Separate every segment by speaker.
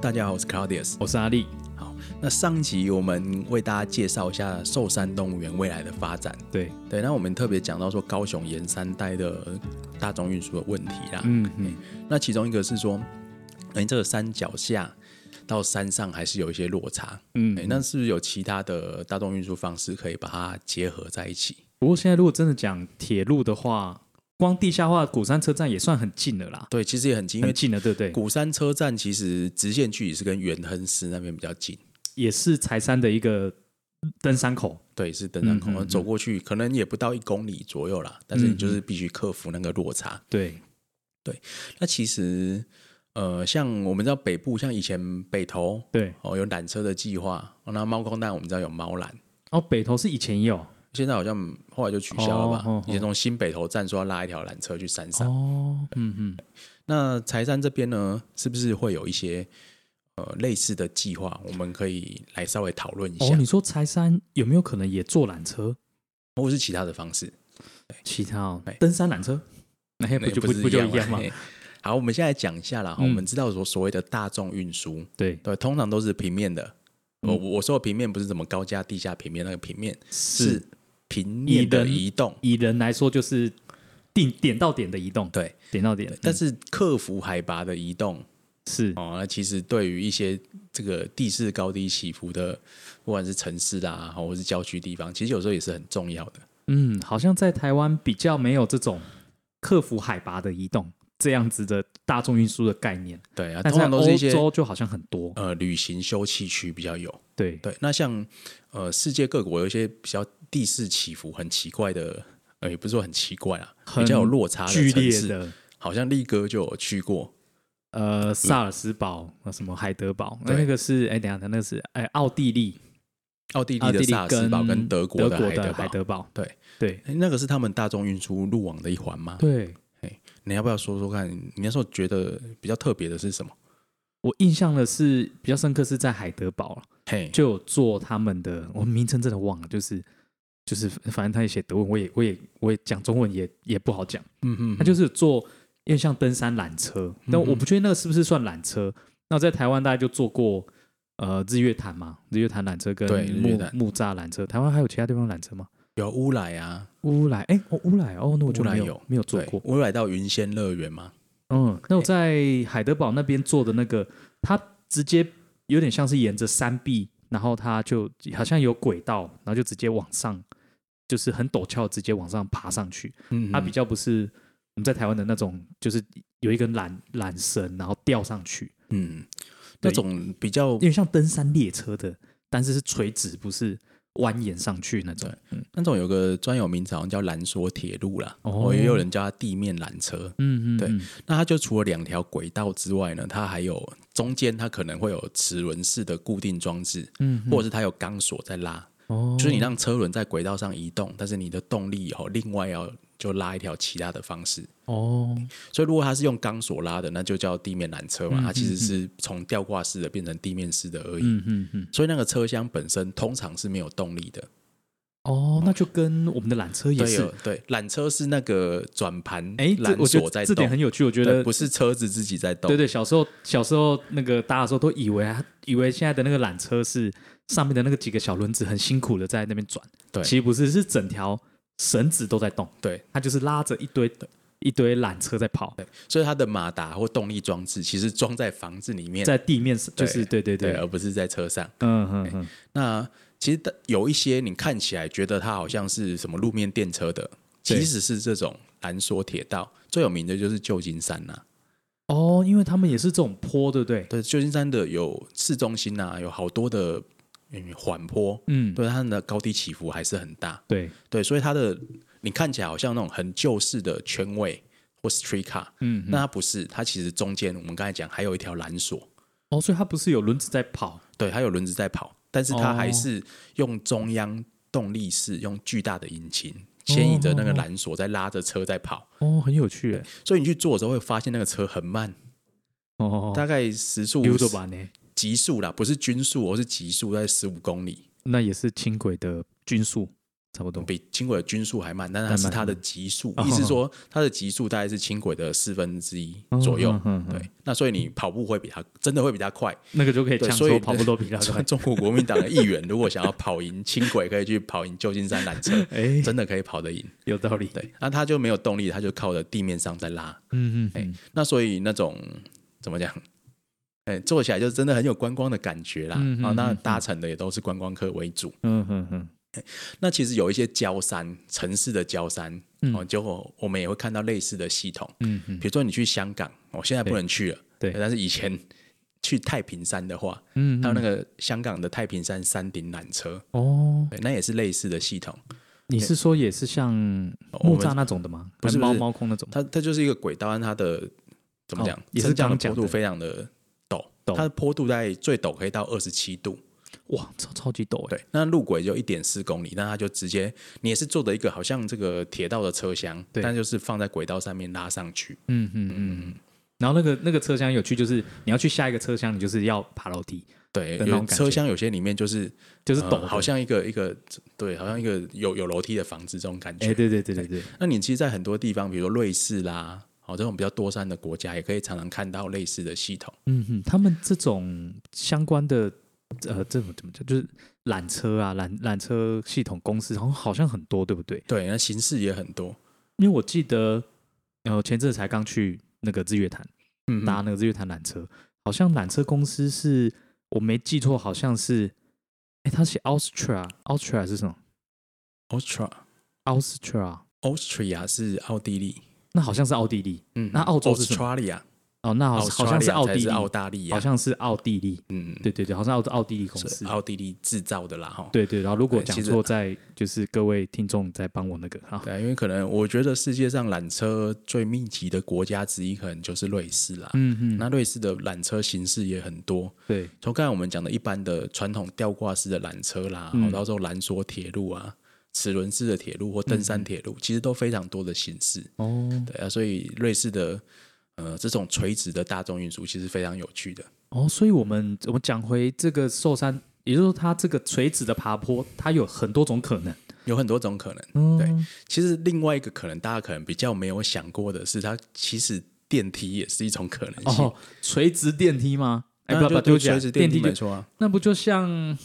Speaker 1: 大家好，我是 Claudius。
Speaker 2: 我是阿力。
Speaker 1: 好，那上一集我们为大家介绍一下寿山动物园未来的发展。
Speaker 2: 对，
Speaker 1: 对，那我们特别讲到说高雄沿山带的大众运输的问题啦。
Speaker 2: 嗯嗯，
Speaker 1: 那其中一个是说，哎、这个山脚下到山上还是有一些落差。
Speaker 2: 嗯
Speaker 1: 哎那是不是有其他的大众运输方式可以把它结合在一起？
Speaker 2: 不过现在如果真的讲铁路的话，光地下化鼓山车站也算很近了啦，
Speaker 1: 对，其实也很近，因
Speaker 2: 很
Speaker 1: 为
Speaker 2: 近了，对不对？
Speaker 1: 鼓山车站其实直线距离是跟元亨市那边比较近。
Speaker 2: 也是柴山的一个登山口。
Speaker 1: 对，是登山口，
Speaker 2: 嗯嗯嗯
Speaker 1: 走过去可能也不到一公里左右啦，但是你
Speaker 2: 嗯
Speaker 1: 就是必须克服那个落差。
Speaker 2: 对，
Speaker 1: 那其实，呃，像我们知道北部，像以前北投
Speaker 2: 对。
Speaker 1: 哦有缆车的计划，哦那猫空蛋我们知道有猫缆，
Speaker 2: 哦，北投是以前也有
Speaker 1: 现在好像后来就取消了吧？
Speaker 2: 哦哦哦
Speaker 1: 以前从新北投站说要拉一条缆车去山上，
Speaker 2: 哦，嗯嗯，
Speaker 1: 那柴山这边呢，是不是会有一些呃类似的计划？我们可以来稍微讨论一
Speaker 2: 哦，
Speaker 1: 下，
Speaker 2: 你说柴山有没有可能也坐缆车？
Speaker 1: 或是其他的方式，
Speaker 2: 其他哦
Speaker 1: 哎，
Speaker 2: 登山缆车，那 也不
Speaker 1: 那
Speaker 2: 就
Speaker 1: 不
Speaker 2: 不
Speaker 1: 是
Speaker 2: 不就一
Speaker 1: 样
Speaker 2: 样吗？
Speaker 1: 嘿好，我们现在讲一下啦。
Speaker 2: 嗯
Speaker 1: 我们知道说所谓的大众运输，
Speaker 2: 对，
Speaker 1: 对，通常都是平面的。我、
Speaker 2: 嗯
Speaker 1: 我说的平面不是什么高架、地下平面那个平面，是
Speaker 2: 是
Speaker 1: 平面的移动。
Speaker 2: 以人来说就是定点到点的移动，
Speaker 1: 对，
Speaker 2: 点到点，
Speaker 1: 但
Speaker 2: 嗯
Speaker 1: 是克服海拔的移动
Speaker 2: 是
Speaker 1: 哦，那其实对于一些这个地势高低起伏的，不管是城市啊，或是郊区地方，其实有时候也是很重要的。
Speaker 2: 嗯，好像在台湾比较没有这种克服海拔的移动这样子的大众运输的概念，
Speaker 1: 对啊，
Speaker 2: 但
Speaker 1: 通
Speaker 2: 是
Speaker 1: 常
Speaker 2: 在
Speaker 1: 都是一些
Speaker 2: 欧洲就好像很多。
Speaker 1: 呃旅行休憩区比较有。
Speaker 2: 对，
Speaker 1: 对，那像呃世界各国有一些比较地势起伏很奇怪的，呃也不是说很奇怪啊，比
Speaker 2: 很
Speaker 1: 较有落差的
Speaker 2: 剧
Speaker 1: 城
Speaker 2: 烈
Speaker 1: 市，
Speaker 2: 的，
Speaker 1: 好像力哥就有去过。
Speaker 2: 呃，萨尔斯堡，呃什么海德堡，
Speaker 1: 嗯对
Speaker 2: 那个是，哎，等一下，那个是，哎，奥地利，
Speaker 1: 奥地
Speaker 2: 奥
Speaker 1: 利
Speaker 2: 地
Speaker 1: 的
Speaker 2: 利
Speaker 1: 萨尔斯堡跟德国的
Speaker 2: 德
Speaker 1: 海
Speaker 2: 国
Speaker 1: 德
Speaker 2: 的
Speaker 1: 堡嗯
Speaker 2: 海，德堡，
Speaker 1: 对
Speaker 2: 对
Speaker 1: 诶那个是他们大众运输路网的一环吗？
Speaker 2: 对，
Speaker 1: 你要不要说说看？你那时候觉得比较特别的是什么？
Speaker 2: 我印象的是比较深刻是在海德堡了，
Speaker 1: 嘿，
Speaker 2: 就有做他们的，我名称真的忘了，就是就是，反正他也写德文，我也我也我也讲中文也也不好讲。
Speaker 1: 嗯嗯，
Speaker 2: 他就是坐，因为像登山缆车，但
Speaker 1: 嗯哼
Speaker 2: 我不确定那个是不是算缆车。那在台湾大家就坐过呃日月潭嘛，日月潭缆车跟
Speaker 1: 对日月
Speaker 2: 木
Speaker 1: 潭
Speaker 2: 木栅缆车，台湾还有其他地方缆车吗？
Speaker 1: 有乌来啊，
Speaker 2: 乌来，哎、哦乌来哦，那我就
Speaker 1: 乌来
Speaker 2: 没有
Speaker 1: 有
Speaker 2: 没有坐
Speaker 1: 对，
Speaker 2: 过。
Speaker 1: 乌来到云仙乐园吗？
Speaker 2: 嗯，那我在海德堡那边坐的那个，它直接有点像是沿着山壁，然后它就好像有轨道，然后就直接往上，就是很陡峭，直接往上爬上去。
Speaker 1: 嗯，
Speaker 2: 它比较不是我们在台湾的那种，就是有一根缆缆绳，然后吊上去，
Speaker 1: 嗯那种比较
Speaker 2: 因为像登山列车的，但是是垂直，不是蜿蜒上去那种
Speaker 1: 对。那种有个专有名词，好像叫缆索铁路啦，
Speaker 2: 哦
Speaker 1: 哦，也有人叫它地面缆车。
Speaker 2: 嗯嗯，
Speaker 1: 对
Speaker 2: 嗯，
Speaker 1: 那它就除了两条轨道之外呢，它还有中间它可能会有齿轮式的固定装置，
Speaker 2: 嗯，
Speaker 1: 或者是它有钢索在拉，
Speaker 2: 哦，
Speaker 1: 就是你让车轮在轨道上移动，但是你的动力哦，另外要就拉一条其他的方式。
Speaker 2: 哦，
Speaker 1: 所以如果它是用钢索拉的，那就叫地面缆车嘛，
Speaker 2: 嗯
Speaker 1: 它其实是从吊挂式的变成地面式的而已。
Speaker 2: 嗯嗯嗯，
Speaker 1: 所以那个车厢本身通常是没有动力的，
Speaker 2: 哦，那就跟我们的缆车也
Speaker 1: 对
Speaker 2: 是
Speaker 1: 有，对，缆车是那个转盘
Speaker 2: 哎，这
Speaker 1: 缆
Speaker 2: 我觉
Speaker 1: 索
Speaker 2: 得
Speaker 1: 在动，
Speaker 2: 这这点很有趣，我觉
Speaker 1: 对，
Speaker 2: 得
Speaker 1: 不是车子自己在动，
Speaker 2: 对对，小时候小时候那个搭的时候都以为啊以为现在的那个缆车是上面的那个几个小轮子很辛苦的在那边转，
Speaker 1: 对
Speaker 2: 其实不是，是整条绳子都在动，
Speaker 1: 对，
Speaker 2: 它就是拉着一堆一堆缆车在跑，
Speaker 1: 所以它的马达或动力装置其实装在房子里面，
Speaker 2: 在地面上
Speaker 1: 对
Speaker 2: 就是对对
Speaker 1: 对，
Speaker 2: 对，
Speaker 1: 而不是在车上。
Speaker 2: 嗯嗯嗯，
Speaker 1: 那其实有一些你看起来觉得它好像是什么路面电车的，
Speaker 2: 对
Speaker 1: 其实是这种缆索铁道。最有名的就是旧金山呐、
Speaker 2: 哦，因为他们也是这种坡，对不对？
Speaker 1: 对，旧金山的有市中心呐、有好多的嗯缓坡，
Speaker 2: 嗯，
Speaker 1: 对它的高低起伏还是很大。
Speaker 2: 对，
Speaker 1: 对，所以它的你看起来好像那种很旧式的圈位或 street car，
Speaker 2: 嗯，
Speaker 1: 那它不是，它其实中间我们刚才讲还有一条缆索，
Speaker 2: 哦，所以它不是有轮子在跑，
Speaker 1: 对，它有轮子在跑，但是它
Speaker 2: 哦
Speaker 1: 还是用中央动力式，用巨大的引擎牵引着那个缆索在拉着车在跑，
Speaker 2: 哦，很有趣耶，
Speaker 1: 所以你去坐的时候会发现那个车很慢，
Speaker 2: 哦，
Speaker 1: 大概时速
Speaker 2: 溜着吧呢，
Speaker 1: 极哦速啦，不是均速，而是极速，在十五公里。
Speaker 2: 那也是轻轨的均速，差不多。
Speaker 1: 比轻轨的均速还慢，但它
Speaker 2: 还
Speaker 1: 是
Speaker 2: 慢
Speaker 1: 它的
Speaker 2: 嗯
Speaker 1: 极速，
Speaker 2: 哦
Speaker 1: 意思说它的极速大概是轻轨的四分之一左右
Speaker 2: 嗯。嗯嗯嗯
Speaker 1: 对，那所以你跑步会比它真的会比它快。
Speaker 2: 那个就可以
Speaker 1: 对
Speaker 2: 抢
Speaker 1: 所以
Speaker 2: 说跑步都比 他快
Speaker 1: 中。中国国民党的议员如果想要跑赢轻轨，可以去跑赢旧金山缆车，
Speaker 2: 哎，
Speaker 1: 真的可以跑得赢。
Speaker 2: 有道理。
Speaker 1: 对，那他就没有动力，他就靠着地面上在拉。
Speaker 2: 嗯嗯，
Speaker 1: 哎
Speaker 2: 嗯
Speaker 1: 那所以那种怎么讲？哎、做起来就真的很有观光的感觉啦。
Speaker 2: 嗯嗯
Speaker 1: 啊，那
Speaker 2: 嗯
Speaker 1: 搭乘的也都是观光客为主。
Speaker 2: 嗯嗯嗯，
Speaker 1: 那其实有一些郊山，城市的郊山，
Speaker 2: 嗯
Speaker 1: 哦，就我们也会看到类似的系统。
Speaker 2: 嗯嗯
Speaker 1: 比如说你去香港，哦，现在不能去了，
Speaker 2: 对对
Speaker 1: 但是以前去太平山的话，
Speaker 2: 嗯，
Speaker 1: 还有那
Speaker 2: 个
Speaker 1: 个香港的太平山山顶缆车，
Speaker 2: 哦，
Speaker 1: 对，那也是类似的系统。
Speaker 2: 你是说也是像
Speaker 1: 我
Speaker 2: 木
Speaker 1: 们
Speaker 2: 栅那种的吗？
Speaker 1: 不是
Speaker 2: 还
Speaker 1: 不
Speaker 2: 猫
Speaker 1: 是
Speaker 2: 猫空那种？
Speaker 1: 它它就是一个轨道，但它的怎么讲，
Speaker 2: 哦也是
Speaker 1: 升降的
Speaker 2: 刚讲
Speaker 1: 坡度
Speaker 2: 的
Speaker 1: 非常的陡，
Speaker 2: 陡
Speaker 1: 它的坡度在最陡可以到二十七度。
Speaker 2: 哇，超超级陡哎！
Speaker 1: 对，那路轨就一点四公里，那它就直接你也是坐的一个好像这个铁道的车厢，
Speaker 2: 对
Speaker 1: 但就是放在轨道上面拉上去。
Speaker 2: 嗯嗯嗯嗯。然后那个那个车厢有趣，就是你要去下一个车厢，你就是要爬楼梯，
Speaker 1: 对，
Speaker 2: 的那种
Speaker 1: 有
Speaker 2: 感
Speaker 1: 车
Speaker 2: 觉
Speaker 1: 厢有些里面就是
Speaker 2: 就是
Speaker 1: 呃
Speaker 2: 陡的，
Speaker 1: 好像一个一个对，好像一个有有楼梯的房子这种感觉。
Speaker 2: 哎，对对对对对，
Speaker 1: 那你其实，在很多地方，比如说瑞士啦，哦这种比较多山的国家，也可以常常看到类似的系统。
Speaker 2: 嗯哼，他们这种相关的呃，这种怎么讲，就是缆车啊，缆缆车系统公司好像好像很多，对不对？
Speaker 1: 对，那形式也很多。
Speaker 2: 因为我记得，呃，前阵子才刚去那个日月潭
Speaker 1: 嗯
Speaker 2: 搭那个日月潭缆车，好像缆车公司是我没记错，好像是，哎，他写 Austria，Austria 是什么
Speaker 1: Austria
Speaker 2: ？Austria，
Speaker 1: Austria 是奥地利，
Speaker 2: 那好像是奥地利
Speaker 1: 嗯，
Speaker 2: 那澳洲是什么
Speaker 1: Australia，
Speaker 2: 哦，那好好像
Speaker 1: Australia
Speaker 2: 奥
Speaker 1: 才
Speaker 2: 地利，
Speaker 1: 澳大利亚，啊
Speaker 2: 好像是奥地利，
Speaker 1: 嗯，
Speaker 2: 对对对，好像奥奥地利公
Speaker 1: 是啊
Speaker 2: 司。
Speaker 1: 奥地利制造的啦，哈。
Speaker 2: 对对，然后如果
Speaker 1: 对
Speaker 2: 讲
Speaker 1: 其实
Speaker 2: 错，再就是各位听众再帮我那个啊，
Speaker 1: 对，因为可能我觉得世界上缆车最密集的国家之一，可能就是瑞士啦。
Speaker 2: 嗯嗯，
Speaker 1: 那瑞士的缆车形式也很多，
Speaker 2: 对，
Speaker 1: 从刚才我们讲的一般的传统吊挂式的缆车啦，
Speaker 2: 嗯
Speaker 1: 然后到时候缆索铁路啊、齿轮式的铁路或登山铁路，其实都非常多的形式。
Speaker 2: 嗯哦，
Speaker 1: 对啊，所以瑞士的呃这种垂直的大众运输其实非常有趣的。
Speaker 2: 哦，所以我们我们讲回这个寿山，也就是说它这个垂直的爬坡，它有很多种可能。
Speaker 1: 有很多种可能。
Speaker 2: 嗯，
Speaker 1: 对，其实另外一个可能，大家可能比较没有想过的是，它其实电梯也是一种可能性
Speaker 2: 哦。，垂直电梯吗？哎，
Speaker 1: 那
Speaker 2: 不
Speaker 1: 就
Speaker 2: 不，对不起啊，
Speaker 1: 嗯垂直电
Speaker 2: 梯
Speaker 1: 没
Speaker 2: 就
Speaker 1: 错啊。
Speaker 2: 那不就像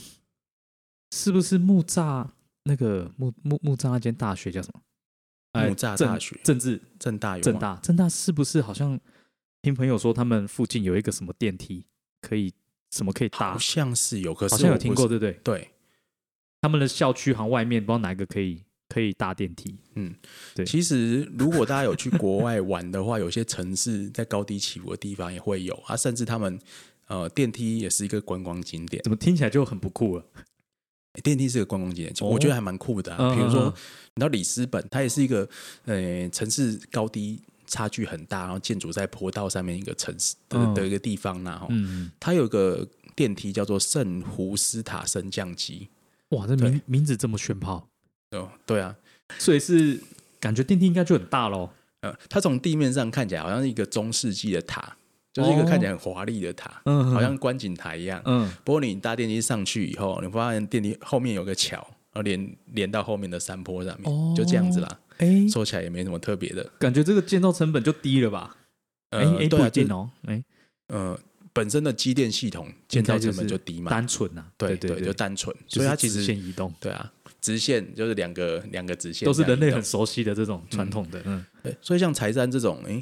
Speaker 2: 是不是木栅那个木木木栅那间大学叫什么？哎
Speaker 1: 木栅
Speaker 2: 政
Speaker 1: 大学
Speaker 2: 政治
Speaker 1: 正大有啊
Speaker 2: 政
Speaker 1: 吗
Speaker 2: 大政大是不是好像听朋友说他们附近有一个什么电梯可以什么可以搭
Speaker 1: 好？像是有，可是
Speaker 2: 好像
Speaker 1: 我
Speaker 2: 有
Speaker 1: 不
Speaker 2: 听
Speaker 1: 是
Speaker 2: 过，。对不对？
Speaker 1: 对，
Speaker 2: 他们的校区好像外面不知道哪一个可以可以搭电梯。对
Speaker 1: 其实如果大家有去国外玩的话，有些城市在高低起伏的地方也会有啊，甚至他们呃电梯也是一个观光景点，
Speaker 2: 怎么听起来就很不酷了？
Speaker 1: 欸电梯是个观光景点，
Speaker 2: 哦
Speaker 1: 我觉得还蛮酷的、啊。
Speaker 2: 嗯
Speaker 1: 比如
Speaker 2: 嗯
Speaker 1: 说
Speaker 2: 嗯，
Speaker 1: 你到里斯本，它也是一个呃城市高低差距很大，然后建筑在坡道上面一个城市的、
Speaker 2: 嗯
Speaker 1: 的一个地方啦、吼
Speaker 2: 嗯，
Speaker 1: 它有一个电梯叫做圣胡斯塔升降机。
Speaker 2: 哇，这名名字这么炫炮，
Speaker 1: 哦，对啊，
Speaker 2: 所以是感觉电梯应该就很大喽。
Speaker 1: 呃，它从地面上看起来好像是一个中世纪的塔，就是一个
Speaker 2: 哦
Speaker 1: 看起来很华丽的塔，
Speaker 2: 嗯
Speaker 1: 好像观景台一样。
Speaker 2: 嗯，
Speaker 1: 不过你搭电梯上去以后，你发现电梯后面有个桥，然后连连到后面的山坡上面，
Speaker 2: 哦
Speaker 1: 就这样子啦。
Speaker 2: 哎，
Speaker 1: 说起来也没什么特别的。
Speaker 2: 感觉这个建造成本就低了吧？哎
Speaker 1: 呃
Speaker 2: 哎，
Speaker 1: 对
Speaker 2: 不
Speaker 1: 啊，
Speaker 2: 一
Speaker 1: 就是
Speaker 2: 定哦，哎，
Speaker 1: 呃，本身的机电系统建造成本就低嘛，
Speaker 2: 单纯啊，
Speaker 1: 对
Speaker 2: 对
Speaker 1: 就
Speaker 2: 对，
Speaker 1: 单纯，
Speaker 2: 就
Speaker 1: 所以
Speaker 2: 是
Speaker 1: 它其
Speaker 2: 直
Speaker 1: 实
Speaker 2: 线移动
Speaker 1: 对啊，直线就是两个两个直线
Speaker 2: 都是
Speaker 1: 这样
Speaker 2: 人类
Speaker 1: 移动
Speaker 2: 很熟悉的这种传统的，嗯，
Speaker 1: 对，所以像柴山这种，诶，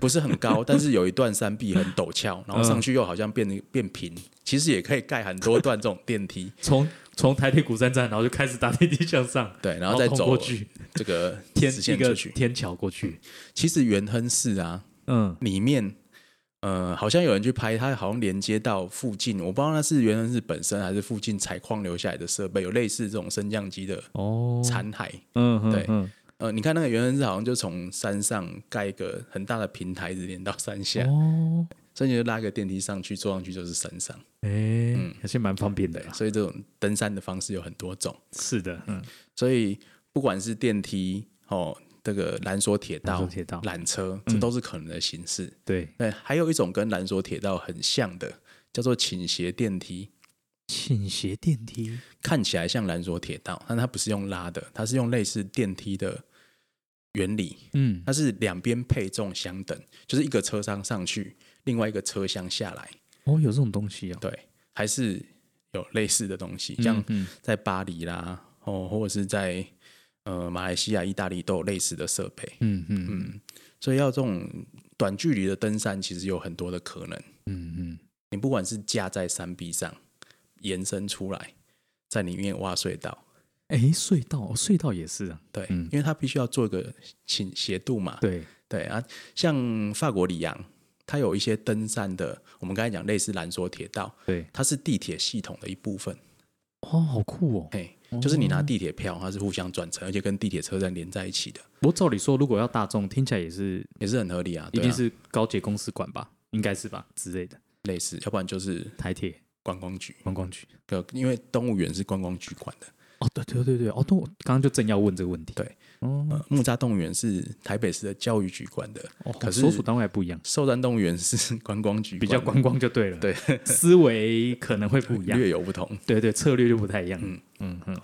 Speaker 1: 不是很高， 但是有一段山壁很陡
Speaker 2: 嗯
Speaker 1: 峭，然后上去又好像变得变平，其实也可以盖很多段这种电梯，
Speaker 2: 从从台铁古山站，然后就开始搭电梯向上，
Speaker 1: 对，然后再
Speaker 2: 通
Speaker 1: 走
Speaker 2: 过去
Speaker 1: 这个
Speaker 2: 天
Speaker 1: 直
Speaker 2: 一
Speaker 1: 线
Speaker 2: 个
Speaker 1: 出去。
Speaker 2: 天桥过去，
Speaker 1: 其实元亨市啊，
Speaker 2: 嗯，
Speaker 1: 里面。呃，好像有人去拍，它好像连接到附近，我不知道那是元亨市本身还是附近采矿留下来的设备，有类似这种升降机的
Speaker 2: 哦，
Speaker 1: 残骸。
Speaker 2: 嗯，嗯
Speaker 1: 对
Speaker 2: 嗯
Speaker 1: 呃，你看那个原人是好像就从山上盖一个很大的平台，子连到山下，
Speaker 2: 哦，
Speaker 1: 所以你就拉个电梯上去，坐上去就是山上。
Speaker 2: 哎，还是蛮方便的
Speaker 1: 对
Speaker 2: 啦，
Speaker 1: 所以这种登山的方式有很多种，
Speaker 2: 是的，嗯，
Speaker 1: 所以不管是电梯哦，这个缆索铁
Speaker 2: 大
Speaker 1: 道、嗯
Speaker 2: 铁道，
Speaker 1: 缆车，这都是可能的形式。
Speaker 2: 对，
Speaker 1: 对，还有一种跟缆索铁道很像的，叫做倾斜电梯。
Speaker 2: 倾斜电梯，
Speaker 1: 看起来像蓝索铁道，但它不是用拉的，它是用类似电梯的原理，
Speaker 2: 嗯，
Speaker 1: 它是两边配重相等，就是一个车厢上去，另外一个车厢下来，
Speaker 2: 哦，有这种东西啊，
Speaker 1: 对，还是有类似的东西，像
Speaker 2: 嗯，
Speaker 1: 在巴黎啦，哦，或者是在呃马来西亚、意大利都有类似的设备，
Speaker 2: 嗯嗯嗯
Speaker 1: 嗯，所以要这种短距离的登山，其实有很多的可能。
Speaker 2: 嗯嗯，
Speaker 1: 你不管是架在山壁上延伸出来，在里面挖隧道，
Speaker 2: 哎、隧道，哦隧道也是啊，
Speaker 1: 对，
Speaker 2: 嗯
Speaker 1: 因为它必须要做一个斜斜度嘛，
Speaker 2: 对，
Speaker 1: 对啊，像法国里昂，它有一些登山的，我们刚才讲类似兰索铁道，
Speaker 2: 对，
Speaker 1: 它是地铁系统的一部分，
Speaker 2: 哦，好酷哦！
Speaker 1: 嘿，就是你拿地铁票，它是互相转乘，而且跟地铁车站连在一起的，
Speaker 2: 不过照理说，如果要大众，听起来也是
Speaker 1: 也是很合理啊，
Speaker 2: 一
Speaker 1: 对啊
Speaker 2: 定是高铁公司管吧，应该是吧之类的，
Speaker 1: 类似，要不然就是
Speaker 2: 台铁
Speaker 1: 观光局，
Speaker 2: 观光局。
Speaker 1: 呃因为动物园是观光局管的，
Speaker 2: 哦，对对对对，哦，对，我刚刚就正要问这个问题。
Speaker 1: 对，
Speaker 2: 哦，
Speaker 1: 呃，木栅动物园是台北市的教育局管的，
Speaker 2: 哦
Speaker 1: 可是
Speaker 2: 所属单位还不一样，
Speaker 1: 寿山动物园是观光局
Speaker 2: 比较
Speaker 1: 管
Speaker 2: 观光就对了，
Speaker 1: 对，
Speaker 2: 思维可能会不一
Speaker 1: 的，
Speaker 2: 样，
Speaker 1: 略有不同。
Speaker 2: 对对，策略就不太一样。
Speaker 1: 嗯
Speaker 2: 嗯嗯，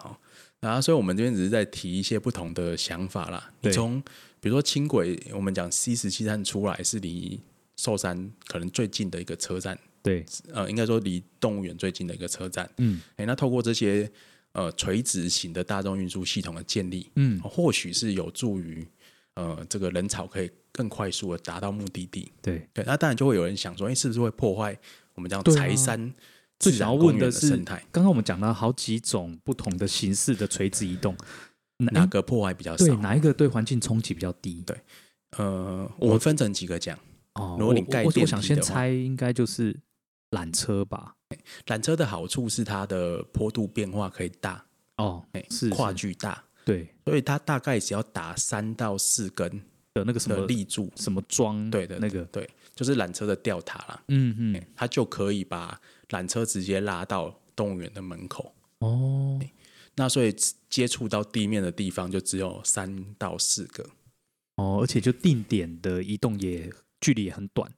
Speaker 1: 啊，所以我们这边只是在提一些不同的想法啦。你
Speaker 2: 对
Speaker 1: 从比如说轻轨，我们讲 C 十七站出来是离寿山可能最近的一个车站，
Speaker 2: 对，
Speaker 1: 呃，应该说离动物园最近的一个车站。
Speaker 2: 嗯
Speaker 1: 诶，那透过这些呃垂直型的大众运输系统的建立，哦
Speaker 2: 嗯，
Speaker 1: 或许是有助于呃这个人潮可以更快速的达到目的地。
Speaker 2: 对。
Speaker 1: 对，那当然就会有人想说，哎、是不是会破坏我们这样
Speaker 2: 对啊
Speaker 1: 柴山自
Speaker 2: 最想
Speaker 1: 然
Speaker 2: 要
Speaker 1: 公
Speaker 2: 问
Speaker 1: 园的
Speaker 2: 的是，
Speaker 1: 生态？
Speaker 2: 刚刚我们讲到好几种不同的形式的垂直移动，
Speaker 1: 嗯哪个破坏比较少
Speaker 2: 哎对？哪一个对环境冲击比较低？
Speaker 1: 对呃，我们分成几个讲。
Speaker 2: 哦，
Speaker 1: 如果你
Speaker 2: 我
Speaker 1: 盖
Speaker 2: 我
Speaker 1: 电梯
Speaker 2: 我想先
Speaker 1: 的话
Speaker 2: 猜，应该就是缆车吧？
Speaker 1: 缆车的好处是它的坡度变化可以大，
Speaker 2: 哦，是
Speaker 1: 跨
Speaker 2: 是
Speaker 1: 距大，
Speaker 2: 对
Speaker 1: 所以它大概只要打三到四根
Speaker 2: 的那个什
Speaker 1: 的
Speaker 2: 么
Speaker 1: 立柱，
Speaker 2: 什么桩，
Speaker 1: 对的，
Speaker 2: 那个，
Speaker 1: 对，就是缆车的吊塔啦，哎
Speaker 2: 嗯嗯，
Speaker 1: 它就可以把缆车直接拉到动物园的门口。
Speaker 2: 哦，
Speaker 1: 那所以接触到地面的地方就只有三到四个，
Speaker 2: 哦，而且就定点的移动也距离也很短，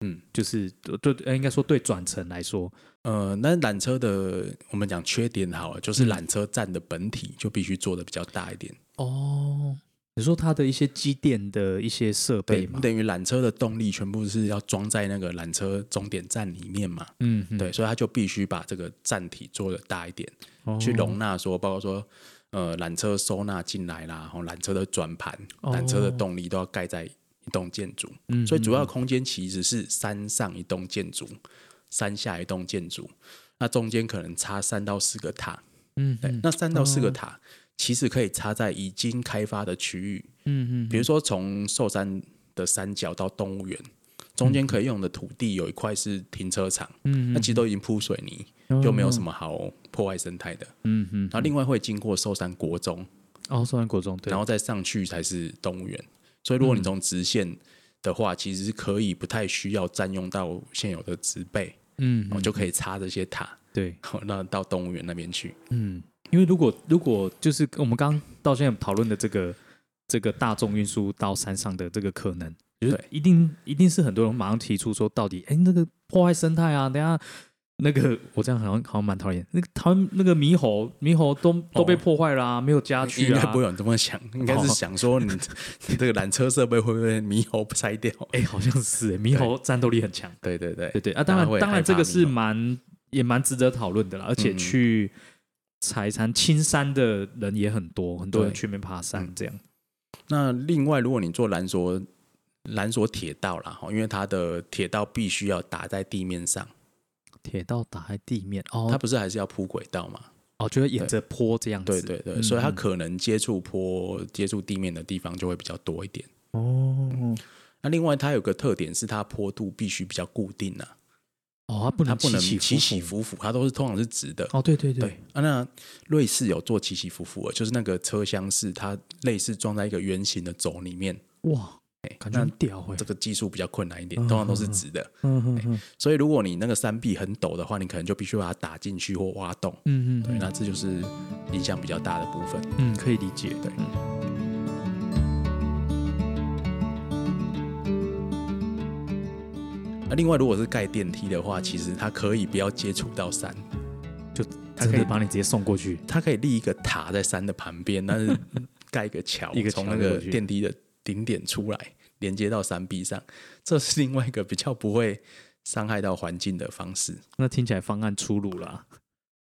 Speaker 1: 嗯，
Speaker 2: 就是对，对应该说对转乘来说，
Speaker 1: 呃，那缆车的我们讲缺点好了，
Speaker 2: 嗯
Speaker 1: 就是缆车站的本体就必须做的比较大一点，
Speaker 2: 哦，你说它的一些机电的一些设备嘛，
Speaker 1: 等于缆车的动力全部是要装在那个缆车终点站里面嘛，
Speaker 2: 嗯，嗯
Speaker 1: 对，，所以它就必须把这个站体做的大一点，
Speaker 2: 哦
Speaker 1: 去容纳说，包括说呃缆车收纳进来啦，然后缆车的转盘、
Speaker 2: 哦
Speaker 1: 缆车的动力都要盖在一栋建筑，
Speaker 2: 嗯
Speaker 1: 所以主要
Speaker 2: 嗯
Speaker 1: 的空间其实是山上一栋建筑，山下一栋建筑，那中间可能插三到四个塔，
Speaker 2: 嗯
Speaker 1: 对，那三到四个塔其实可以插在已经开发的区域，
Speaker 2: 嗯嗯
Speaker 1: 比如说从寿山的山脚到动物园，中间可以用的土地有一块是停车场，
Speaker 2: 嗯
Speaker 1: 那其实都已经铺水泥，
Speaker 2: 嗯
Speaker 1: 就没有什么好破坏生态的。
Speaker 2: 嗯嗯，
Speaker 1: 然后另外会经过寿山国中，
Speaker 2: 哦，松山国中，对，嗯
Speaker 1: 然后再上去才是动物园。所以如果你从直线的话，其实是可以不太需要占用到现有的植被，
Speaker 2: 嗯
Speaker 1: 然后就可以插这些塔，
Speaker 2: 对，
Speaker 1: 然后那到动物园那边去。
Speaker 2: 嗯，因为如果如果就是我们刚刚到现在讨论的这个这个大众运输到山上的这个可能，就是
Speaker 1: 对
Speaker 2: 一定一定是很多人马上提出说，到底哎那个破坏生态啊，等一下。那个我这样好像好像蛮讨厌，那个他们那个猕猴猕猴都都被破坏啦、没有家
Speaker 1: 哦应
Speaker 2: 具
Speaker 1: 该
Speaker 2: 啊哦
Speaker 1: 不。会有人这么想，应该是想说你 你这个缆车设备会不会猕猴 拆掉？
Speaker 2: 哎、好像是、哎猕猴战斗力很强。
Speaker 1: 对对对
Speaker 2: 对对啊，
Speaker 1: 大家
Speaker 2: 当
Speaker 1: 会
Speaker 2: 然当
Speaker 1: 害
Speaker 2: 然这
Speaker 1: 怕
Speaker 2: 个
Speaker 1: 猕
Speaker 2: 是
Speaker 1: 猴
Speaker 2: 蛮也蛮值得讨论的啦，而且
Speaker 1: 嗯
Speaker 2: 去柴山青山的人也很多，很多人
Speaker 1: 对嗯
Speaker 2: 去那边爬山这样。
Speaker 1: 那另外，如果你做缆索缆索铁道啦，哈，因为它的铁道必须要打在地面上，
Speaker 2: 铁道打在地面，哦，
Speaker 1: 它不是还是要铺轨道嘛？
Speaker 2: 哦，就会沿着坡这样
Speaker 1: 对
Speaker 2: 子，
Speaker 1: 对对，
Speaker 2: 嗯
Speaker 1: 所以它
Speaker 2: 嗯
Speaker 1: 可能接触坡、接触地面的地方就会比较多一点。
Speaker 2: 哦
Speaker 1: 那另外，它有个特点是它坡度必须比较固定啊，
Speaker 2: 哦，它不
Speaker 1: 它
Speaker 2: 能
Speaker 1: 不能起
Speaker 2: 起
Speaker 1: 起
Speaker 2: 起伏
Speaker 1: 伏伏，它都是通常是直的。
Speaker 2: 伏，哦，对对
Speaker 1: 对，啊，那瑞士有做起起伏伏的，就是那个车厢是它类似装在一个圆形的轴里面，
Speaker 2: 哇，感觉很屌哎
Speaker 1: 这，个技术比较困难一点，通常都是直的。
Speaker 2: 嗯嗯嗯
Speaker 1: 所以如果你那个山壁很陡的话，你可能就必须把它打进去或挖洞。
Speaker 2: 嗯
Speaker 1: 对，那这就是影响比较大的部分。
Speaker 2: 嗯，可以理解，对，
Speaker 1: 啊那另外，如果是盖电梯的话，其实它可以不要接触到山，它
Speaker 2: 真
Speaker 1: 可
Speaker 2: 的
Speaker 1: 以
Speaker 2: 把你直接送过去。
Speaker 1: 它可以立一个塔在山的旁边，但是盖一个桥，
Speaker 2: 一个桥
Speaker 1: 从那
Speaker 2: 过
Speaker 1: 个
Speaker 2: 去
Speaker 1: 电梯的顶点出来，连接到山壁上，这是另外一个比较不会伤害到环境的方式。
Speaker 2: 那听起来方案出炉了啊，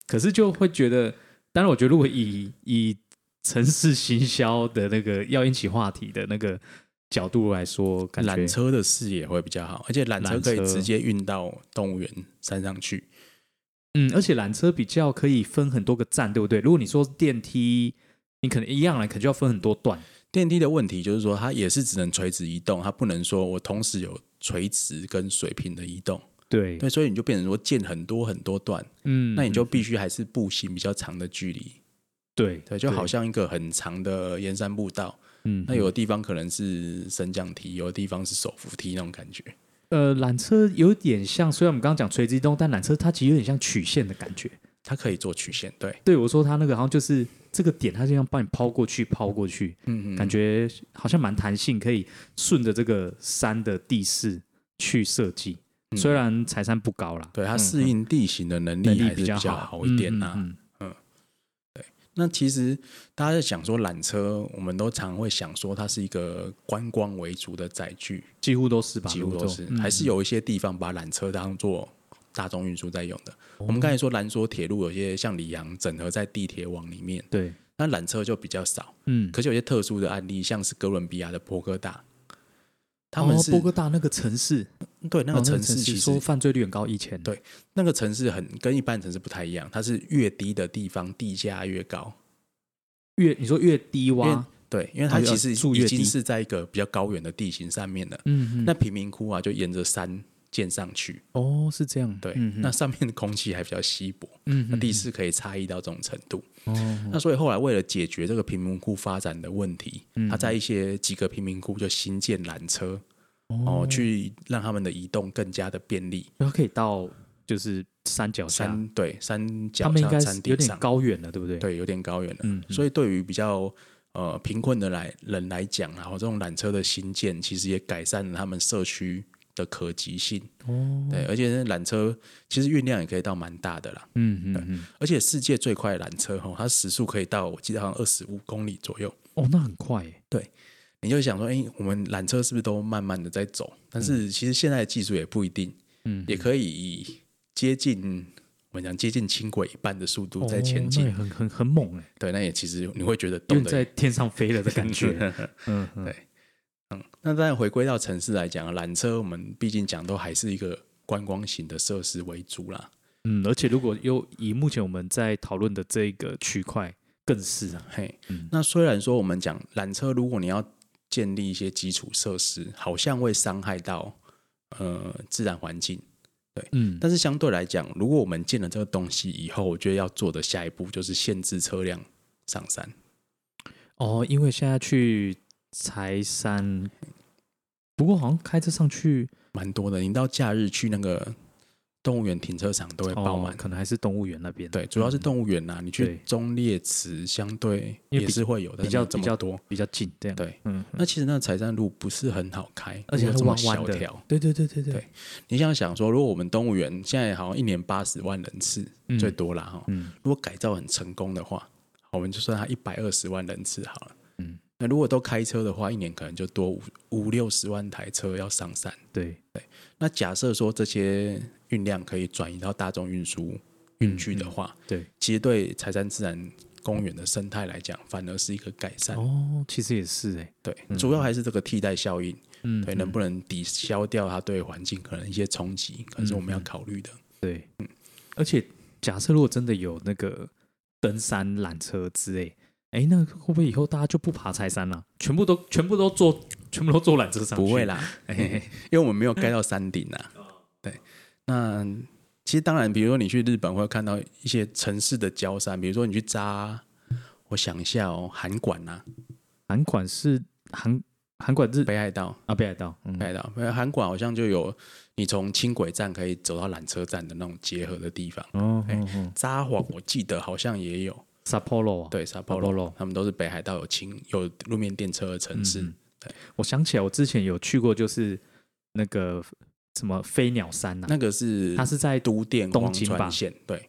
Speaker 2: 可是就会觉得，当然，我觉得如果以以城市行销的那个要引起话题的那个角度来说，感觉
Speaker 1: 缆车的视野会比较好，而且缆车可以
Speaker 2: 缆车
Speaker 1: 直接运到动物园山上去。
Speaker 2: 嗯，而且缆车比较可以分很多个站，对不对？如果你说电梯，你可能一样了，可能就要分很多段。
Speaker 1: 电梯的问题就是说，它也是只能垂直移动，它不能说我同时有垂直跟水平的移动。
Speaker 2: 对，
Speaker 1: 对，所以你就变成说建很多很多段，
Speaker 2: 嗯，
Speaker 1: 那你就必须还是步行比较长的距离。
Speaker 2: 对
Speaker 1: 对，就好，像一个很长的沿山步道，
Speaker 2: 嗯，
Speaker 1: 那有的地方可能是升降梯，有的地方是手扶梯那种感觉。
Speaker 2: 呃，缆车有点像，虽然我们刚刚讲垂直移动，但缆车它其实有点像曲线的感觉。
Speaker 1: 它可以做曲线，对，
Speaker 2: 对我说，它那个好像就是这个点，它就像帮你抛过去，抛过去，
Speaker 1: 嗯
Speaker 2: 感觉好像蛮弹性，可以顺着这个山的地势去设计。
Speaker 1: 嗯
Speaker 2: 虽然柴山不高啦，
Speaker 1: 对它
Speaker 2: 嗯
Speaker 1: 适
Speaker 2: 嗯
Speaker 1: 应地形的能
Speaker 2: 能
Speaker 1: 力
Speaker 2: 力
Speaker 1: 还是比较
Speaker 2: 好
Speaker 1: 好一点啊。
Speaker 2: 嗯嗯嗯
Speaker 1: 那其实大家在想说缆车，我们都常会想说它是一个观光为主的载具，
Speaker 2: 几乎都是吧，
Speaker 1: 几乎都是，
Speaker 2: 泸州
Speaker 1: 还是
Speaker 2: 嗯
Speaker 1: 有一些地方把缆车当做大众运输在用的。我们刚才说兰索铁路有些像里昂整合在地铁网里面，
Speaker 2: 对，
Speaker 1: 那缆车就比较少。
Speaker 2: 嗯，
Speaker 1: 可是有些特殊的案例，像是哥伦比亚的波哥大，他们是、
Speaker 2: 哦、波哥大那个城市，
Speaker 1: 对那
Speaker 2: 哦
Speaker 1: 个城市其
Speaker 2: 市
Speaker 1: 实、
Speaker 2: 说犯罪率很高，以前
Speaker 1: 对那个城市很跟一般城市不太一样，它是越低的地方地价越高，
Speaker 2: 越你说越低
Speaker 1: 因为
Speaker 2: 洼，
Speaker 1: 对，因为
Speaker 2: 哦
Speaker 1: 它
Speaker 2: 要
Speaker 1: 其实
Speaker 2: 住
Speaker 1: 已
Speaker 2: 越低
Speaker 1: 经是在一个比较高远的地形上面了。
Speaker 2: 嗯嗯，
Speaker 1: 那贫民窟啊，就沿着山建上去，
Speaker 2: 哦是这样，
Speaker 1: 对，
Speaker 2: 嗯嗯
Speaker 1: 那上面的空气还比较稀薄，
Speaker 2: 嗯
Speaker 1: 那地势可以差异到这种程度。
Speaker 2: 嗯嗯哦
Speaker 1: 那所以后来为了解决这个贫民窟发展的问题，
Speaker 2: 嗯
Speaker 1: 他在一些几个贫民窟就新建缆车
Speaker 2: 哦
Speaker 1: 哦，去让他们的移动更加的便利。
Speaker 2: 它可以到就是哦山脚下，
Speaker 1: 山对山
Speaker 2: 他
Speaker 1: 脚
Speaker 2: 们应该
Speaker 1: 上、
Speaker 2: 是
Speaker 1: 山
Speaker 2: 有
Speaker 1: 顶
Speaker 2: 点
Speaker 1: 上，
Speaker 2: 高远了，对不对？，
Speaker 1: 对，有点高远了。
Speaker 2: 嗯，
Speaker 1: 所以对于比较呃贫困的来人来讲啊，然后这种缆车的新建，其实也改善了他们社区的可及性。
Speaker 2: 哦，
Speaker 1: 对，而且那缆车其实运量也可以到蛮大的啦。
Speaker 2: 嗯嗯嗯，
Speaker 1: 而且世界最快的缆车哦，它时速可以到我记得好像二十五公里左右。
Speaker 2: 哦，那很快耶，
Speaker 1: 你就想说，哎、我们缆车是不是都慢慢的在走？但是其实现在的技术也不一定，
Speaker 2: 嗯，
Speaker 1: 也可以接近我们讲接近轻轨一半的速度在前
Speaker 2: 哦
Speaker 1: 进。
Speaker 2: 那也很很很猛哎，
Speaker 1: 对，那也其实你会觉得
Speaker 2: 因
Speaker 1: 动
Speaker 2: 为
Speaker 1: 的
Speaker 2: 在天上飞了的 感觉，。嗯嗯，
Speaker 1: 对那当然回归到城市来讲，缆车我们毕竟讲都还是一个观光型的设施为主啦。
Speaker 2: 嗯，而且如果又以目前我们在讨论的这个区块，更是啊，
Speaker 1: 嘿，
Speaker 2: 嗯
Speaker 1: 那虽然说我们讲缆车，如果你要建立一些基础设施，好像会伤害到呃自然环境。
Speaker 2: 嗯，
Speaker 1: 但是相对来讲，如果我们建了这个东西以后，我觉得要做的下一步就是限制车辆上山。
Speaker 2: 哦，因为现在去柴山，不过好像开车上去
Speaker 1: 蛮多的，你到假日去那个动物园停车场都会爆
Speaker 2: 哦
Speaker 1: 满。，
Speaker 2: 可能还是动物园那边。嗯
Speaker 1: 对，主要是动物园呐、啊你
Speaker 2: 对
Speaker 1: 去中烈池相对
Speaker 2: 因为
Speaker 1: 也
Speaker 2: 比
Speaker 1: 是会有，但
Speaker 2: 比
Speaker 1: 是没
Speaker 2: 较
Speaker 1: 有这
Speaker 2: 比
Speaker 1: 么
Speaker 2: 较
Speaker 1: 多。
Speaker 2: 比较近这样。
Speaker 1: 对，
Speaker 2: 嗯，
Speaker 1: 那其实那彩山路不是很好开，
Speaker 2: 而且
Speaker 1: 路又
Speaker 2: 它是
Speaker 1: 这么
Speaker 2: 弯弯
Speaker 1: 小
Speaker 2: 的
Speaker 1: 条。
Speaker 2: 对对对对
Speaker 1: 对，你想想说，如果我们动物园现在好像一年八十万人次、
Speaker 2: 嗯
Speaker 1: 最多啦哈，
Speaker 2: 嗯
Speaker 1: 如果改造很成功的话，我们就算它一百二十万人次好了。
Speaker 2: 嗯，
Speaker 1: 那如果都开车的话，一年可能就多五五六十万台车要上山。
Speaker 2: 对，
Speaker 1: 那假设说这些运量可以转移到大众运输
Speaker 2: 嗯
Speaker 1: 运去的话，
Speaker 2: 对，
Speaker 1: 其实对柴山自然公园的生态来讲，反而是一个改善。
Speaker 2: 哦，其实也是哎，
Speaker 1: 对，主要还是这个替代效应，
Speaker 2: 嗯，
Speaker 1: 对，
Speaker 2: 嗯
Speaker 1: 能不能抵消掉它对环境可能一些冲击，可
Speaker 2: 嗯
Speaker 1: 能是我们要考虑的。
Speaker 2: 对，而且假设如果真的有那个登山缆车之类，哎，那会不会以后大家就不爬柴山了？全部都全部都坐全部都坐缆车上去？
Speaker 1: 不会，啦，
Speaker 2: 哎，
Speaker 1: 因为我们没有盖到山顶啊。对，那其实当然，比如说你去日本会看到一些城市的郊山，比如说你去扎，我想一下哦，函馆啊，
Speaker 2: 韩馆是韩韩馆是
Speaker 1: 北海道，
Speaker 2: 啊北海道，嗯
Speaker 1: 北海道，呃韩馆好像就有你从轻轨站可以走到缆车站的那种结合的地方。
Speaker 2: 哦
Speaker 1: 哎
Speaker 2: 哦哦
Speaker 1: 札幌我记得好像也有，
Speaker 2: ，Sapporo 啊，
Speaker 1: 对，札
Speaker 2: ，Sapporo。
Speaker 1: 幌，他们都是北海道有轻有路面电车的城市。
Speaker 2: 嗯
Speaker 1: 对
Speaker 2: 我想起来，我之前有去过，就是那个什么飞鸟山呐、啊
Speaker 1: 那个是
Speaker 2: 它是在
Speaker 1: 都电
Speaker 2: 东
Speaker 1: 荒
Speaker 2: 京吧
Speaker 1: 川线，对，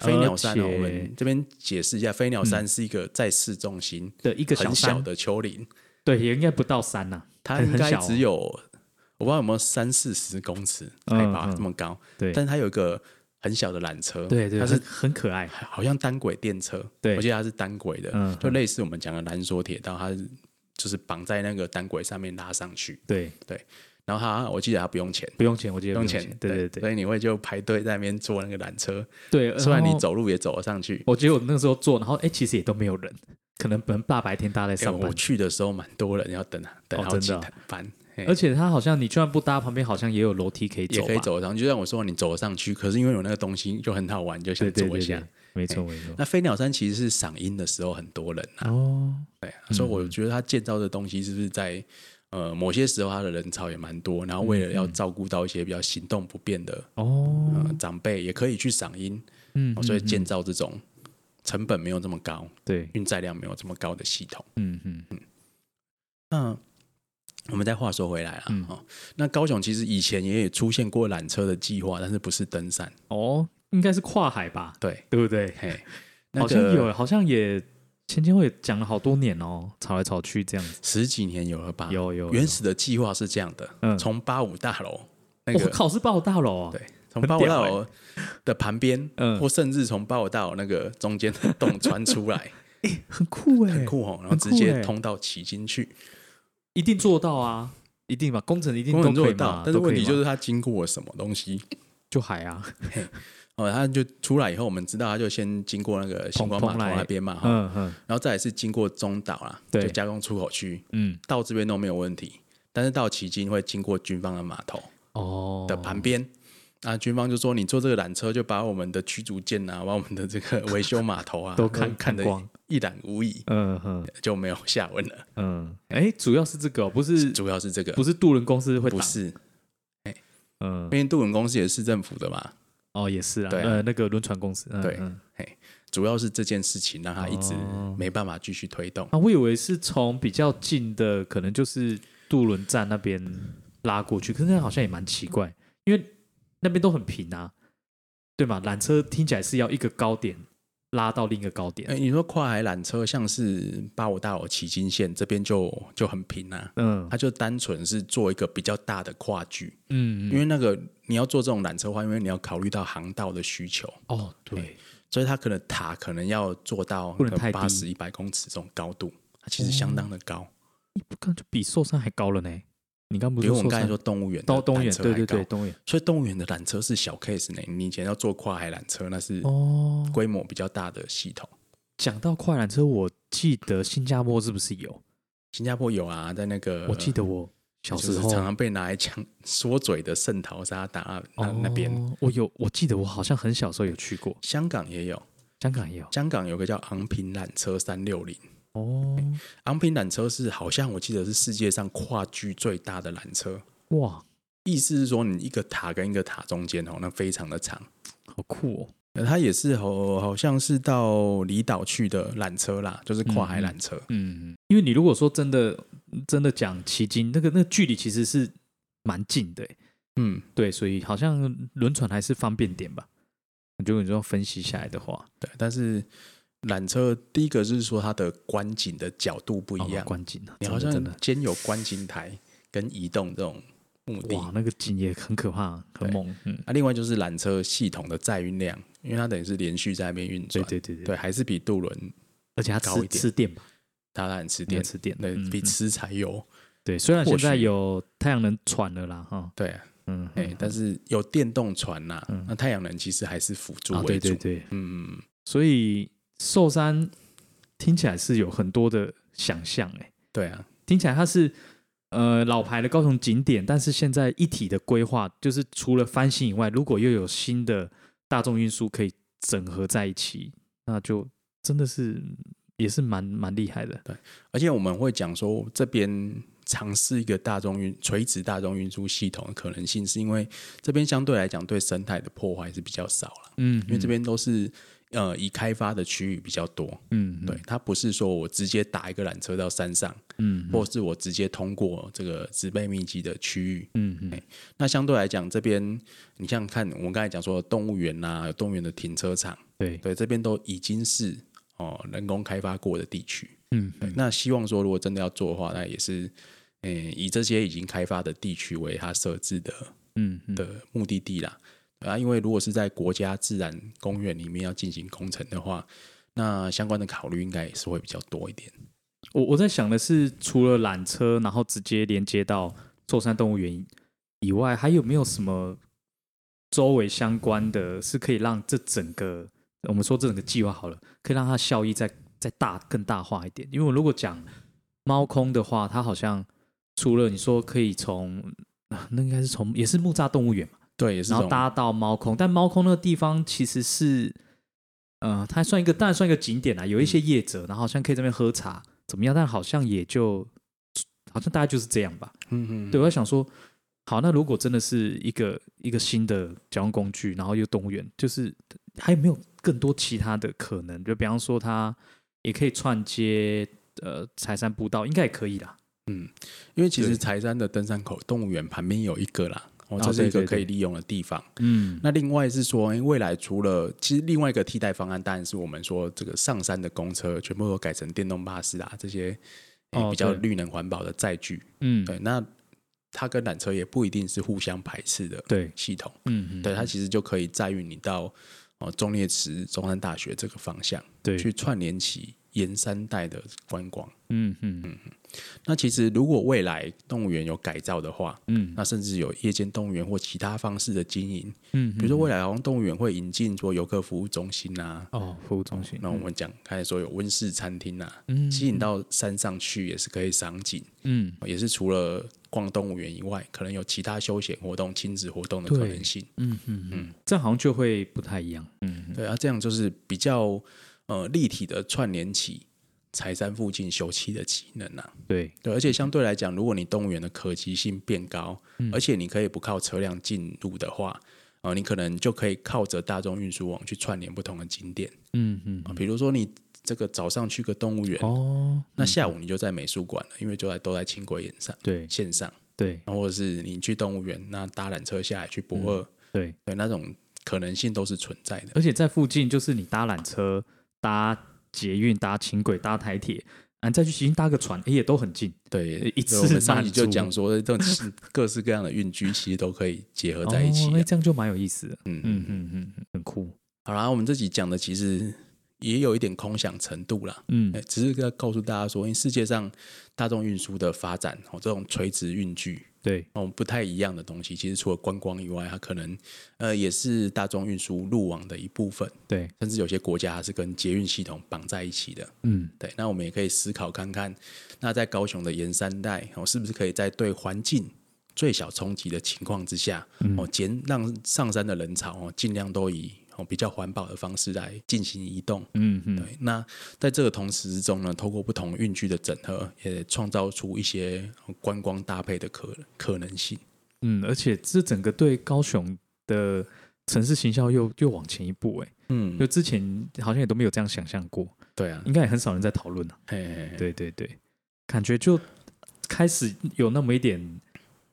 Speaker 1: 飞鸟山、哦，
Speaker 2: 而且
Speaker 1: 我们这边解释一下，飞鸟山是一个在市中心、
Speaker 2: 的一个小
Speaker 1: 很小
Speaker 2: 山，
Speaker 1: 的丘陵，
Speaker 2: 对，也应该不到山呐、
Speaker 1: 它
Speaker 2: 很
Speaker 1: 应该
Speaker 2: 小哦
Speaker 1: 只有我不知道有没有三四十公尺
Speaker 2: 嗯
Speaker 1: 海拔
Speaker 2: 嗯
Speaker 1: 这么高，
Speaker 2: 对，
Speaker 1: 但是它有一个很小的缆车，
Speaker 2: 对对，
Speaker 1: 它
Speaker 2: 它
Speaker 1: 是
Speaker 2: 是很可爱，
Speaker 1: 好像单轨电车，
Speaker 2: 对
Speaker 1: 我记得它是单轨的，
Speaker 2: 嗯
Speaker 1: 就类似我们讲的缆索铁道，它是就是绑在那个单轨上面拉上去，
Speaker 2: 对，
Speaker 1: 然后它我记得它不用钱。
Speaker 2: 不用钱，我记
Speaker 1: 不
Speaker 2: 得
Speaker 1: 用
Speaker 2: 钱
Speaker 1: 钱，，
Speaker 2: 对对对
Speaker 1: 所以你会就排队在那边坐那个缆车，
Speaker 2: 对，
Speaker 1: 虽然你
Speaker 2: 后，
Speaker 1: 走路也走得上去。
Speaker 2: 我觉得我那时候坐，然后哎，其实也都没有人，可能本大白天大家在
Speaker 1: 欸
Speaker 2: 上
Speaker 1: 我
Speaker 2: 班，
Speaker 1: 去的时候蛮多人，要等啊，等
Speaker 2: 哦
Speaker 1: 好几
Speaker 2: 真的
Speaker 1: 台班，嘿
Speaker 2: 而且它好像你就算不搭，旁边好像也有楼梯可以走，
Speaker 1: 也可以，走得上去。就像我说，你走得上去，可是因为有那个东西就很好玩，就
Speaker 2: 对
Speaker 1: 想
Speaker 2: 对
Speaker 1: 坐一
Speaker 2: 对
Speaker 1: 下。
Speaker 2: 对，没错没错，
Speaker 1: 那飞鸟山其实是赏樱的时候很多人啊，
Speaker 2: 哦，
Speaker 1: 所以我觉得它建造的东西是不是在呃某些时候它的人潮也蛮多，然后为了
Speaker 2: 嗯
Speaker 1: 要照顾到一些比较行动不便的、
Speaker 2: 哦，
Speaker 1: 呃、长辈，也可以去赏樱、
Speaker 2: 嗯
Speaker 1: 哦，所以
Speaker 2: 嗯
Speaker 1: 建造这种成本没有这么高、
Speaker 2: 对，
Speaker 1: 运载量没有这么高的系统。
Speaker 2: 嗯嗯，
Speaker 1: 那我们再话说回来啦，
Speaker 2: 嗯
Speaker 1: 哦，那高雄其实以前也有出现过缆车的计划，但是不是登山？
Speaker 2: 哦，应该是跨海吧，
Speaker 1: 对，
Speaker 2: 对不对？
Speaker 1: 嘿，
Speaker 2: 好像
Speaker 1: 那个
Speaker 2: 有，好像也前前会讲了好多年哦，吵来吵去这样子，
Speaker 1: 十几年有了吧？
Speaker 2: 有有有
Speaker 1: 啊原始的计划是这样的，
Speaker 2: 嗯哦
Speaker 1: 从八五大楼那
Speaker 2: 我
Speaker 1: 个，
Speaker 2: 靠，是爆大楼啊，
Speaker 1: 对，从
Speaker 2: 很
Speaker 1: 八
Speaker 2: 屌欸
Speaker 1: 五大楼的旁边，
Speaker 2: 嗯
Speaker 1: 或甚至从八五大楼那个中间的洞穿出 来，
Speaker 2: 很酷哎，
Speaker 1: 很酷哦，然后
Speaker 2: 很酷
Speaker 1: 直接
Speaker 2: 欸
Speaker 1: 通到旗津去，
Speaker 2: 一定做到啊，一定吧，工程一定
Speaker 1: 工
Speaker 2: 都
Speaker 1: 程做
Speaker 2: 可以
Speaker 1: 得
Speaker 2: 嘛
Speaker 1: 到，，但是
Speaker 2: 都可
Speaker 1: 问
Speaker 2: 以
Speaker 1: 题
Speaker 2: 嘛
Speaker 1: 就是它经过了什么东西？
Speaker 2: 就海啊，
Speaker 1: 哦，他就出来以后，我们知道他就先经过那个星光码头那边嘛，哈，
Speaker 2: 嗯嗯
Speaker 1: 然后再来是经过中岛啦，
Speaker 2: 对
Speaker 1: 就加工出口区
Speaker 2: 嗯，
Speaker 1: 到这边都没有问题，但是到旗津会经过军方的码头
Speaker 2: 哦
Speaker 1: 的旁边。啊，军方就说你坐这个缆车，就把我们的驱逐舰啊，把我们的这个维修码头啊，
Speaker 2: 都看
Speaker 1: 看
Speaker 2: 看
Speaker 1: 得
Speaker 2: 光
Speaker 1: 一览无遗，
Speaker 2: 嗯嗯
Speaker 1: 就没有下文了。
Speaker 2: 嗯，哎，主要是这个哦，不是
Speaker 1: 主要是这个，
Speaker 2: 不是渡轮公司会
Speaker 1: 不
Speaker 2: 打，
Speaker 1: 是，
Speaker 2: 嗯
Speaker 1: 因，为渡轮公司也是市政府的嘛，
Speaker 2: 哦也是啊，
Speaker 1: 对啊
Speaker 2: 呃那个轮船公司，嗯
Speaker 1: 对
Speaker 2: 嗯
Speaker 1: 主要是这件事情让他一直
Speaker 2: 哦
Speaker 1: 没办法继续推动。
Speaker 2: 啊，我以为是从比较近的，可能就是渡轮站那边拉过去，可是那好像也蛮奇怪，因为那边都很平啊，对嘛？缆车听起来是要一个高点拉到另一个高点，
Speaker 1: 哎、你说跨海缆车像是八五大楼旗津线这边就就很平啊，
Speaker 2: 嗯
Speaker 1: 它就单纯是做一个比较大的跨距，
Speaker 2: 嗯，
Speaker 1: 因为那个你要做这种缆车的话，因为你要考虑到航道的需求，
Speaker 2: 哦对，
Speaker 1: 所以它可能塔可能要做到
Speaker 2: 不能太低
Speaker 1: 八十一百公尺这种高度，它其实相当的高，
Speaker 2: 你不刚就比寿山还高了呢？你刚不
Speaker 1: 比
Speaker 2: 是
Speaker 1: 如我们
Speaker 2: 寿
Speaker 1: 刚才
Speaker 2: 山
Speaker 1: 说动物园的
Speaker 2: 到动物
Speaker 1: 缆
Speaker 2: 园，
Speaker 1: 车
Speaker 2: 对
Speaker 1: 还
Speaker 2: 对
Speaker 1: 高
Speaker 2: 对，，动物园
Speaker 1: 所以动物园的缆车是小 case 呢，你以前要做跨海缆车那是
Speaker 2: 哦。
Speaker 1: 规模比较大的系统。
Speaker 2: 讲到快缆车，我记得新加坡是不是有？
Speaker 1: 新加坡有啊，在那个
Speaker 2: 我记得我小
Speaker 1: 就是
Speaker 2: 时候
Speaker 1: 常常被拿来讲说嘴的圣淘沙打那、那边，
Speaker 2: 哦我有，我记得我好像很小时候有去过，
Speaker 1: 香港也有，
Speaker 2: 香港也有
Speaker 1: 香港有个叫昂平缆车三六零，
Speaker 2: 哦。
Speaker 1: 昂平缆车是好像我记得是世界上跨距最大的缆车，
Speaker 2: 哇，
Speaker 1: 意思是说你一个塔跟一个塔中间哦，那非常的长。
Speaker 2: 好酷哦！
Speaker 1: 呃它也是好，好像是到离岛去的缆车啦，就是跨海缆车。
Speaker 2: 嗯，因为你如果说真的真的讲奇经，那个那个距离其实是蛮近的欸，
Speaker 1: 嗯，
Speaker 2: 对，所以好像轮船还是方便点吧。我觉得你这样分析下来的话，
Speaker 1: 对。但是缆车第一个就是说它的观景的角度不
Speaker 2: 不
Speaker 1: 一样，
Speaker 2: 观景啊，
Speaker 1: 你
Speaker 2: 真
Speaker 1: 好
Speaker 2: 的
Speaker 1: 像
Speaker 2: 真的，
Speaker 1: 兼有观景台跟移动这种目的。
Speaker 2: 哇，那个景也很可怕，很
Speaker 1: 对
Speaker 2: 猛，嗯，
Speaker 1: 那、另外就是缆车系统的载运量，因为它等于是连续在那边运
Speaker 2: 对
Speaker 1: 转，
Speaker 2: 对对对，
Speaker 1: 对，还是比渡轮
Speaker 2: 而且它
Speaker 1: 高
Speaker 2: 吃
Speaker 1: 一点
Speaker 2: 吃电吧，
Speaker 1: 它当然吃
Speaker 2: 应该
Speaker 1: 电，
Speaker 2: 吃电，
Speaker 1: 对，
Speaker 2: 嗯
Speaker 1: 比
Speaker 2: 嗯
Speaker 1: 吃柴油，
Speaker 2: 对，虽然
Speaker 1: 或
Speaker 2: 现在
Speaker 1: 许
Speaker 2: 有太阳能船了啦，哈，
Speaker 1: 对，
Speaker 2: 嗯，
Speaker 1: 哎、
Speaker 2: 嗯
Speaker 1: 但是有电动船呐、
Speaker 2: 嗯
Speaker 1: 那太阳能其实还是辅助
Speaker 2: 啊，
Speaker 1: 为
Speaker 2: 对
Speaker 1: 主，
Speaker 2: 对对，
Speaker 1: 嗯，
Speaker 2: 所以寿山听起来是有很多的想象，哎。
Speaker 1: 对啊，
Speaker 2: 听起来它是呃老牌的高雄景点，但是现在一体的规划，就是除了翻新以外，如果又有新的大众运输可以整合在一起，那就真的是嗯也是蛮蛮厉害的。
Speaker 1: 而且我们会讲说这边。尝试一个大众运垂直大众运输系统的可能性，是因为这边相对来讲对生态的破坏是比较少了，
Speaker 2: 嗯，
Speaker 1: 因为这边都是呃已开发的区域比较多，
Speaker 2: 嗯，嗯
Speaker 1: 对，，它不是说我直接打一个缆车到山上，
Speaker 2: 嗯，
Speaker 1: 或是我直接通过这个植被密集的区域。哎
Speaker 2: 嗯嗯
Speaker 1: 啊那相对来讲，这边你像看我们刚才讲说动物园呐、有动物园的停车场，
Speaker 2: 对，
Speaker 1: 对，这边都已经是哦人工开发过的地区。
Speaker 2: 嗯，
Speaker 1: 对那希望说，如果真的要做的话，那也是，嗯、以这些已经开发的地区为它设置的
Speaker 2: 嗯嗯，
Speaker 1: 的目的地啦。啊，因为如果是在国家自然公园里面要进行工程的话，那相关的考虑应该也是会比较多一点。
Speaker 2: 我我在想的是，除了缆车，然后直接连接到寿山动物园以外，还有没有什么周围相关的，是可以让这整个我们说这整个计划好了，可以让它的效益再再大更大化一点？因为我如果讲猫空的话，它好像除了你说可以从啊那应该是从也是木栅动物园嘛，
Speaker 1: 对，也是
Speaker 2: 然
Speaker 1: 这
Speaker 2: 后
Speaker 1: 种
Speaker 2: 搭到猫空，但猫空那个地方其实是，呃，它算一个，当然算一个景点啦，啊有一些业者，然后好像可以这边喝茶，怎么样？但好像也就，好像大概就是这样吧。
Speaker 1: 嗯嗯，
Speaker 2: 对，我在想说，好，那如果真的是一个一个新的交通工具，然后又动物园，就是还有没有更多其他的可能？就比方说，它也可以串接呃财山步道，应该也可以啦。
Speaker 1: 因为其
Speaker 2: 对
Speaker 1: 实柴山的登山口动物园旁边有一个啦，哦，
Speaker 2: 哦
Speaker 1: 这是一
Speaker 2: 对
Speaker 1: 个
Speaker 2: 对
Speaker 1: 可以
Speaker 2: 对
Speaker 1: 利用的地方。
Speaker 2: 嗯，
Speaker 1: 那另外是说，诶未来除了其实另外一个替代方案，当然是我们说这个上山的公车全部都改成电动巴士啊，这些、诶
Speaker 2: 哦
Speaker 1: 比较
Speaker 2: 对
Speaker 1: 绿能环保的载具。
Speaker 2: 嗯，
Speaker 1: 对，那它跟缆车也不一定是互相排斥的
Speaker 2: 对，
Speaker 1: 系统，
Speaker 2: 嗯嗯，
Speaker 1: 对，它其实就可以载运你到哦中烈池、中山大学这个方向
Speaker 2: 对，
Speaker 1: 去串联起沿山带的观光。
Speaker 2: 嗯嗯
Speaker 1: 那其实如果未来动物园有改造的话，
Speaker 2: 嗯
Speaker 1: 那甚至有夜间动物园或其他方式的经营，
Speaker 2: 嗯，
Speaker 1: 比如说未来好像动物园会引进说游客服务中心啊，
Speaker 2: 哦，服务中心，
Speaker 1: 那我们讲刚才说有温室餐厅啊，
Speaker 2: 嗯
Speaker 1: 吸引到山上去也是可以赏景，
Speaker 2: 嗯
Speaker 1: 也是除了逛动物园以外，可能有其他休闲活动、亲子活动的可能性。
Speaker 2: 嗯嗯嗯，这样好像就会不太一样。嗯
Speaker 1: 对啊，这样就是比较呃立体的串联起柴山附近休憩的机能啊。
Speaker 2: 对，
Speaker 1: 对，而且相对来讲，如果你动物园的可及性变高，而且你可以不靠车辆进入的话，呃，你可能就可以靠着大众运输网去串联不同的景点
Speaker 2: 嗯嗯
Speaker 1: 啊、比如说你这个早上去个动物园，
Speaker 2: 哦，
Speaker 1: 那下午你就在美术馆了，因为就在都在轻轨沿上
Speaker 2: 对
Speaker 1: 线上，
Speaker 2: 对
Speaker 1: 然后或者是你去动物园，那搭缆车下来去博二，
Speaker 2: 对，
Speaker 1: 对，那种可能性都是存在的。
Speaker 2: 而且在附近就是你搭缆车、搭捷运、搭轻轨、搭台铁，啊，你再去行搭个船，哎，也都很近。
Speaker 1: 对，对
Speaker 2: 一次
Speaker 1: 我们上一集
Speaker 2: 满足
Speaker 1: 就讲说，这种 各式各样的运具其实都可以结合在一起
Speaker 2: 哦
Speaker 1: 啊、
Speaker 2: 那这样就蛮有意思的。
Speaker 1: 嗯
Speaker 2: 嗯嗯嗯嗯，很酷。
Speaker 1: 好啦，我们这集讲的其实也有一点空想程度啦，
Speaker 2: 嗯
Speaker 1: 哎，只是要告诉大家说，因为世界上大众运输的发展，哦，这种垂直运具，
Speaker 2: 对，
Speaker 1: 哦，不太一样的东西，其实除了观光以外，它可能呃也是大众运输路网的一部分，
Speaker 2: 对，
Speaker 1: 甚至有些国家它是跟捷运系统绑在一起的。
Speaker 2: 嗯，
Speaker 1: 对，那我们也可以思考看看，那在高雄的沿山带，哦，是不是可以在对环境最小冲击的情况之下，哦，减让上山的人潮哦，尽量都以哦比较环保的方式来进行移动。
Speaker 2: 嗯嗯，
Speaker 1: 对，那在这个同时之中呢，透过不同运具的整合，也创造出一些哦观光搭配的可可能性。
Speaker 2: 嗯，而且这整个对高雄的城市行销又又往前一步，哎，
Speaker 1: 嗯
Speaker 2: 就，之前好像也都没有这样想象过，
Speaker 1: 对啊，
Speaker 2: 应该也很少人在讨论啊。
Speaker 1: 嘿嘿嘿，
Speaker 2: 对对对，感觉就开始有那么一点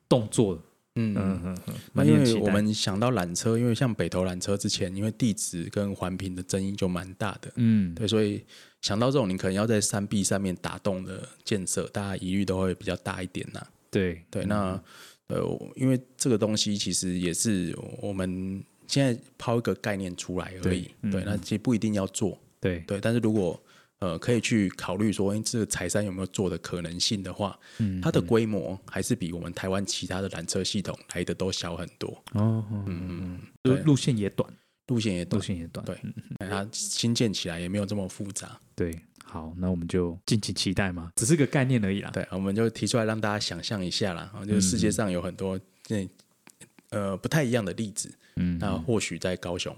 Speaker 2: 动作了。
Speaker 1: 嗯
Speaker 2: 嗯
Speaker 1: 嗯。
Speaker 2: 嗯嗯，
Speaker 1: 那
Speaker 2: 蛮
Speaker 1: 因
Speaker 2: 令人
Speaker 1: 为
Speaker 2: 期
Speaker 1: 我
Speaker 2: 待。
Speaker 1: 们想到缆车，因为像北投缆车之前，因为地址跟环评的争议就蛮大的，
Speaker 2: 嗯，
Speaker 1: 对，所以想到这种，你可能要在山壁上面打洞的建设，大家疑虑都会比较大一点呐、
Speaker 2: 对
Speaker 1: 对，那呃，我因为这个东西其实也是我们现在抛一个概念出来而已
Speaker 2: 对，嗯
Speaker 1: 对，那其实不一定要做，
Speaker 2: 对
Speaker 1: 对，但是如果呃可以去考虑说，诶这个财山有没有做的可能性的话，
Speaker 2: 嗯
Speaker 1: 它的规模还是比我们台湾其他的缆车系统来的都小很多，
Speaker 2: 哦，嗯嗯嗯，路
Speaker 1: 对
Speaker 2: 路线也短，
Speaker 1: 路线也
Speaker 2: 路
Speaker 1: 短，
Speaker 2: 线也短。嗯
Speaker 1: 对它新建起来也没有这么复杂，
Speaker 2: 对，好，那我们就敬请期待嘛，只是个概念而已啦。
Speaker 1: 对，我们就提出来让大家想象一下啦，
Speaker 2: 嗯
Speaker 1: 啊就是世界上有很多那呃不太一样的例子，
Speaker 2: 嗯，
Speaker 1: 那或许在高雄，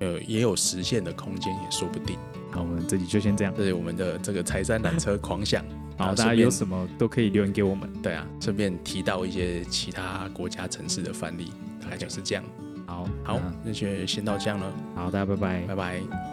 Speaker 1: 呃也有实现的空间，也说不定。
Speaker 2: 那我们这集就先这样。，
Speaker 1: 这是我们的这个财山缆车狂想
Speaker 2: 好，
Speaker 1: 啊
Speaker 2: 大家
Speaker 1: 顺
Speaker 2: 有
Speaker 1: 便
Speaker 2: 什么都可以留言给我们。
Speaker 1: 对啊，顺便提到一些其他国家城市的范例，大概就是这样。
Speaker 2: 好，
Speaker 1: 好
Speaker 2: 那，
Speaker 1: 那就先到这样了，
Speaker 2: 好，大家拜拜
Speaker 1: 拜。拜。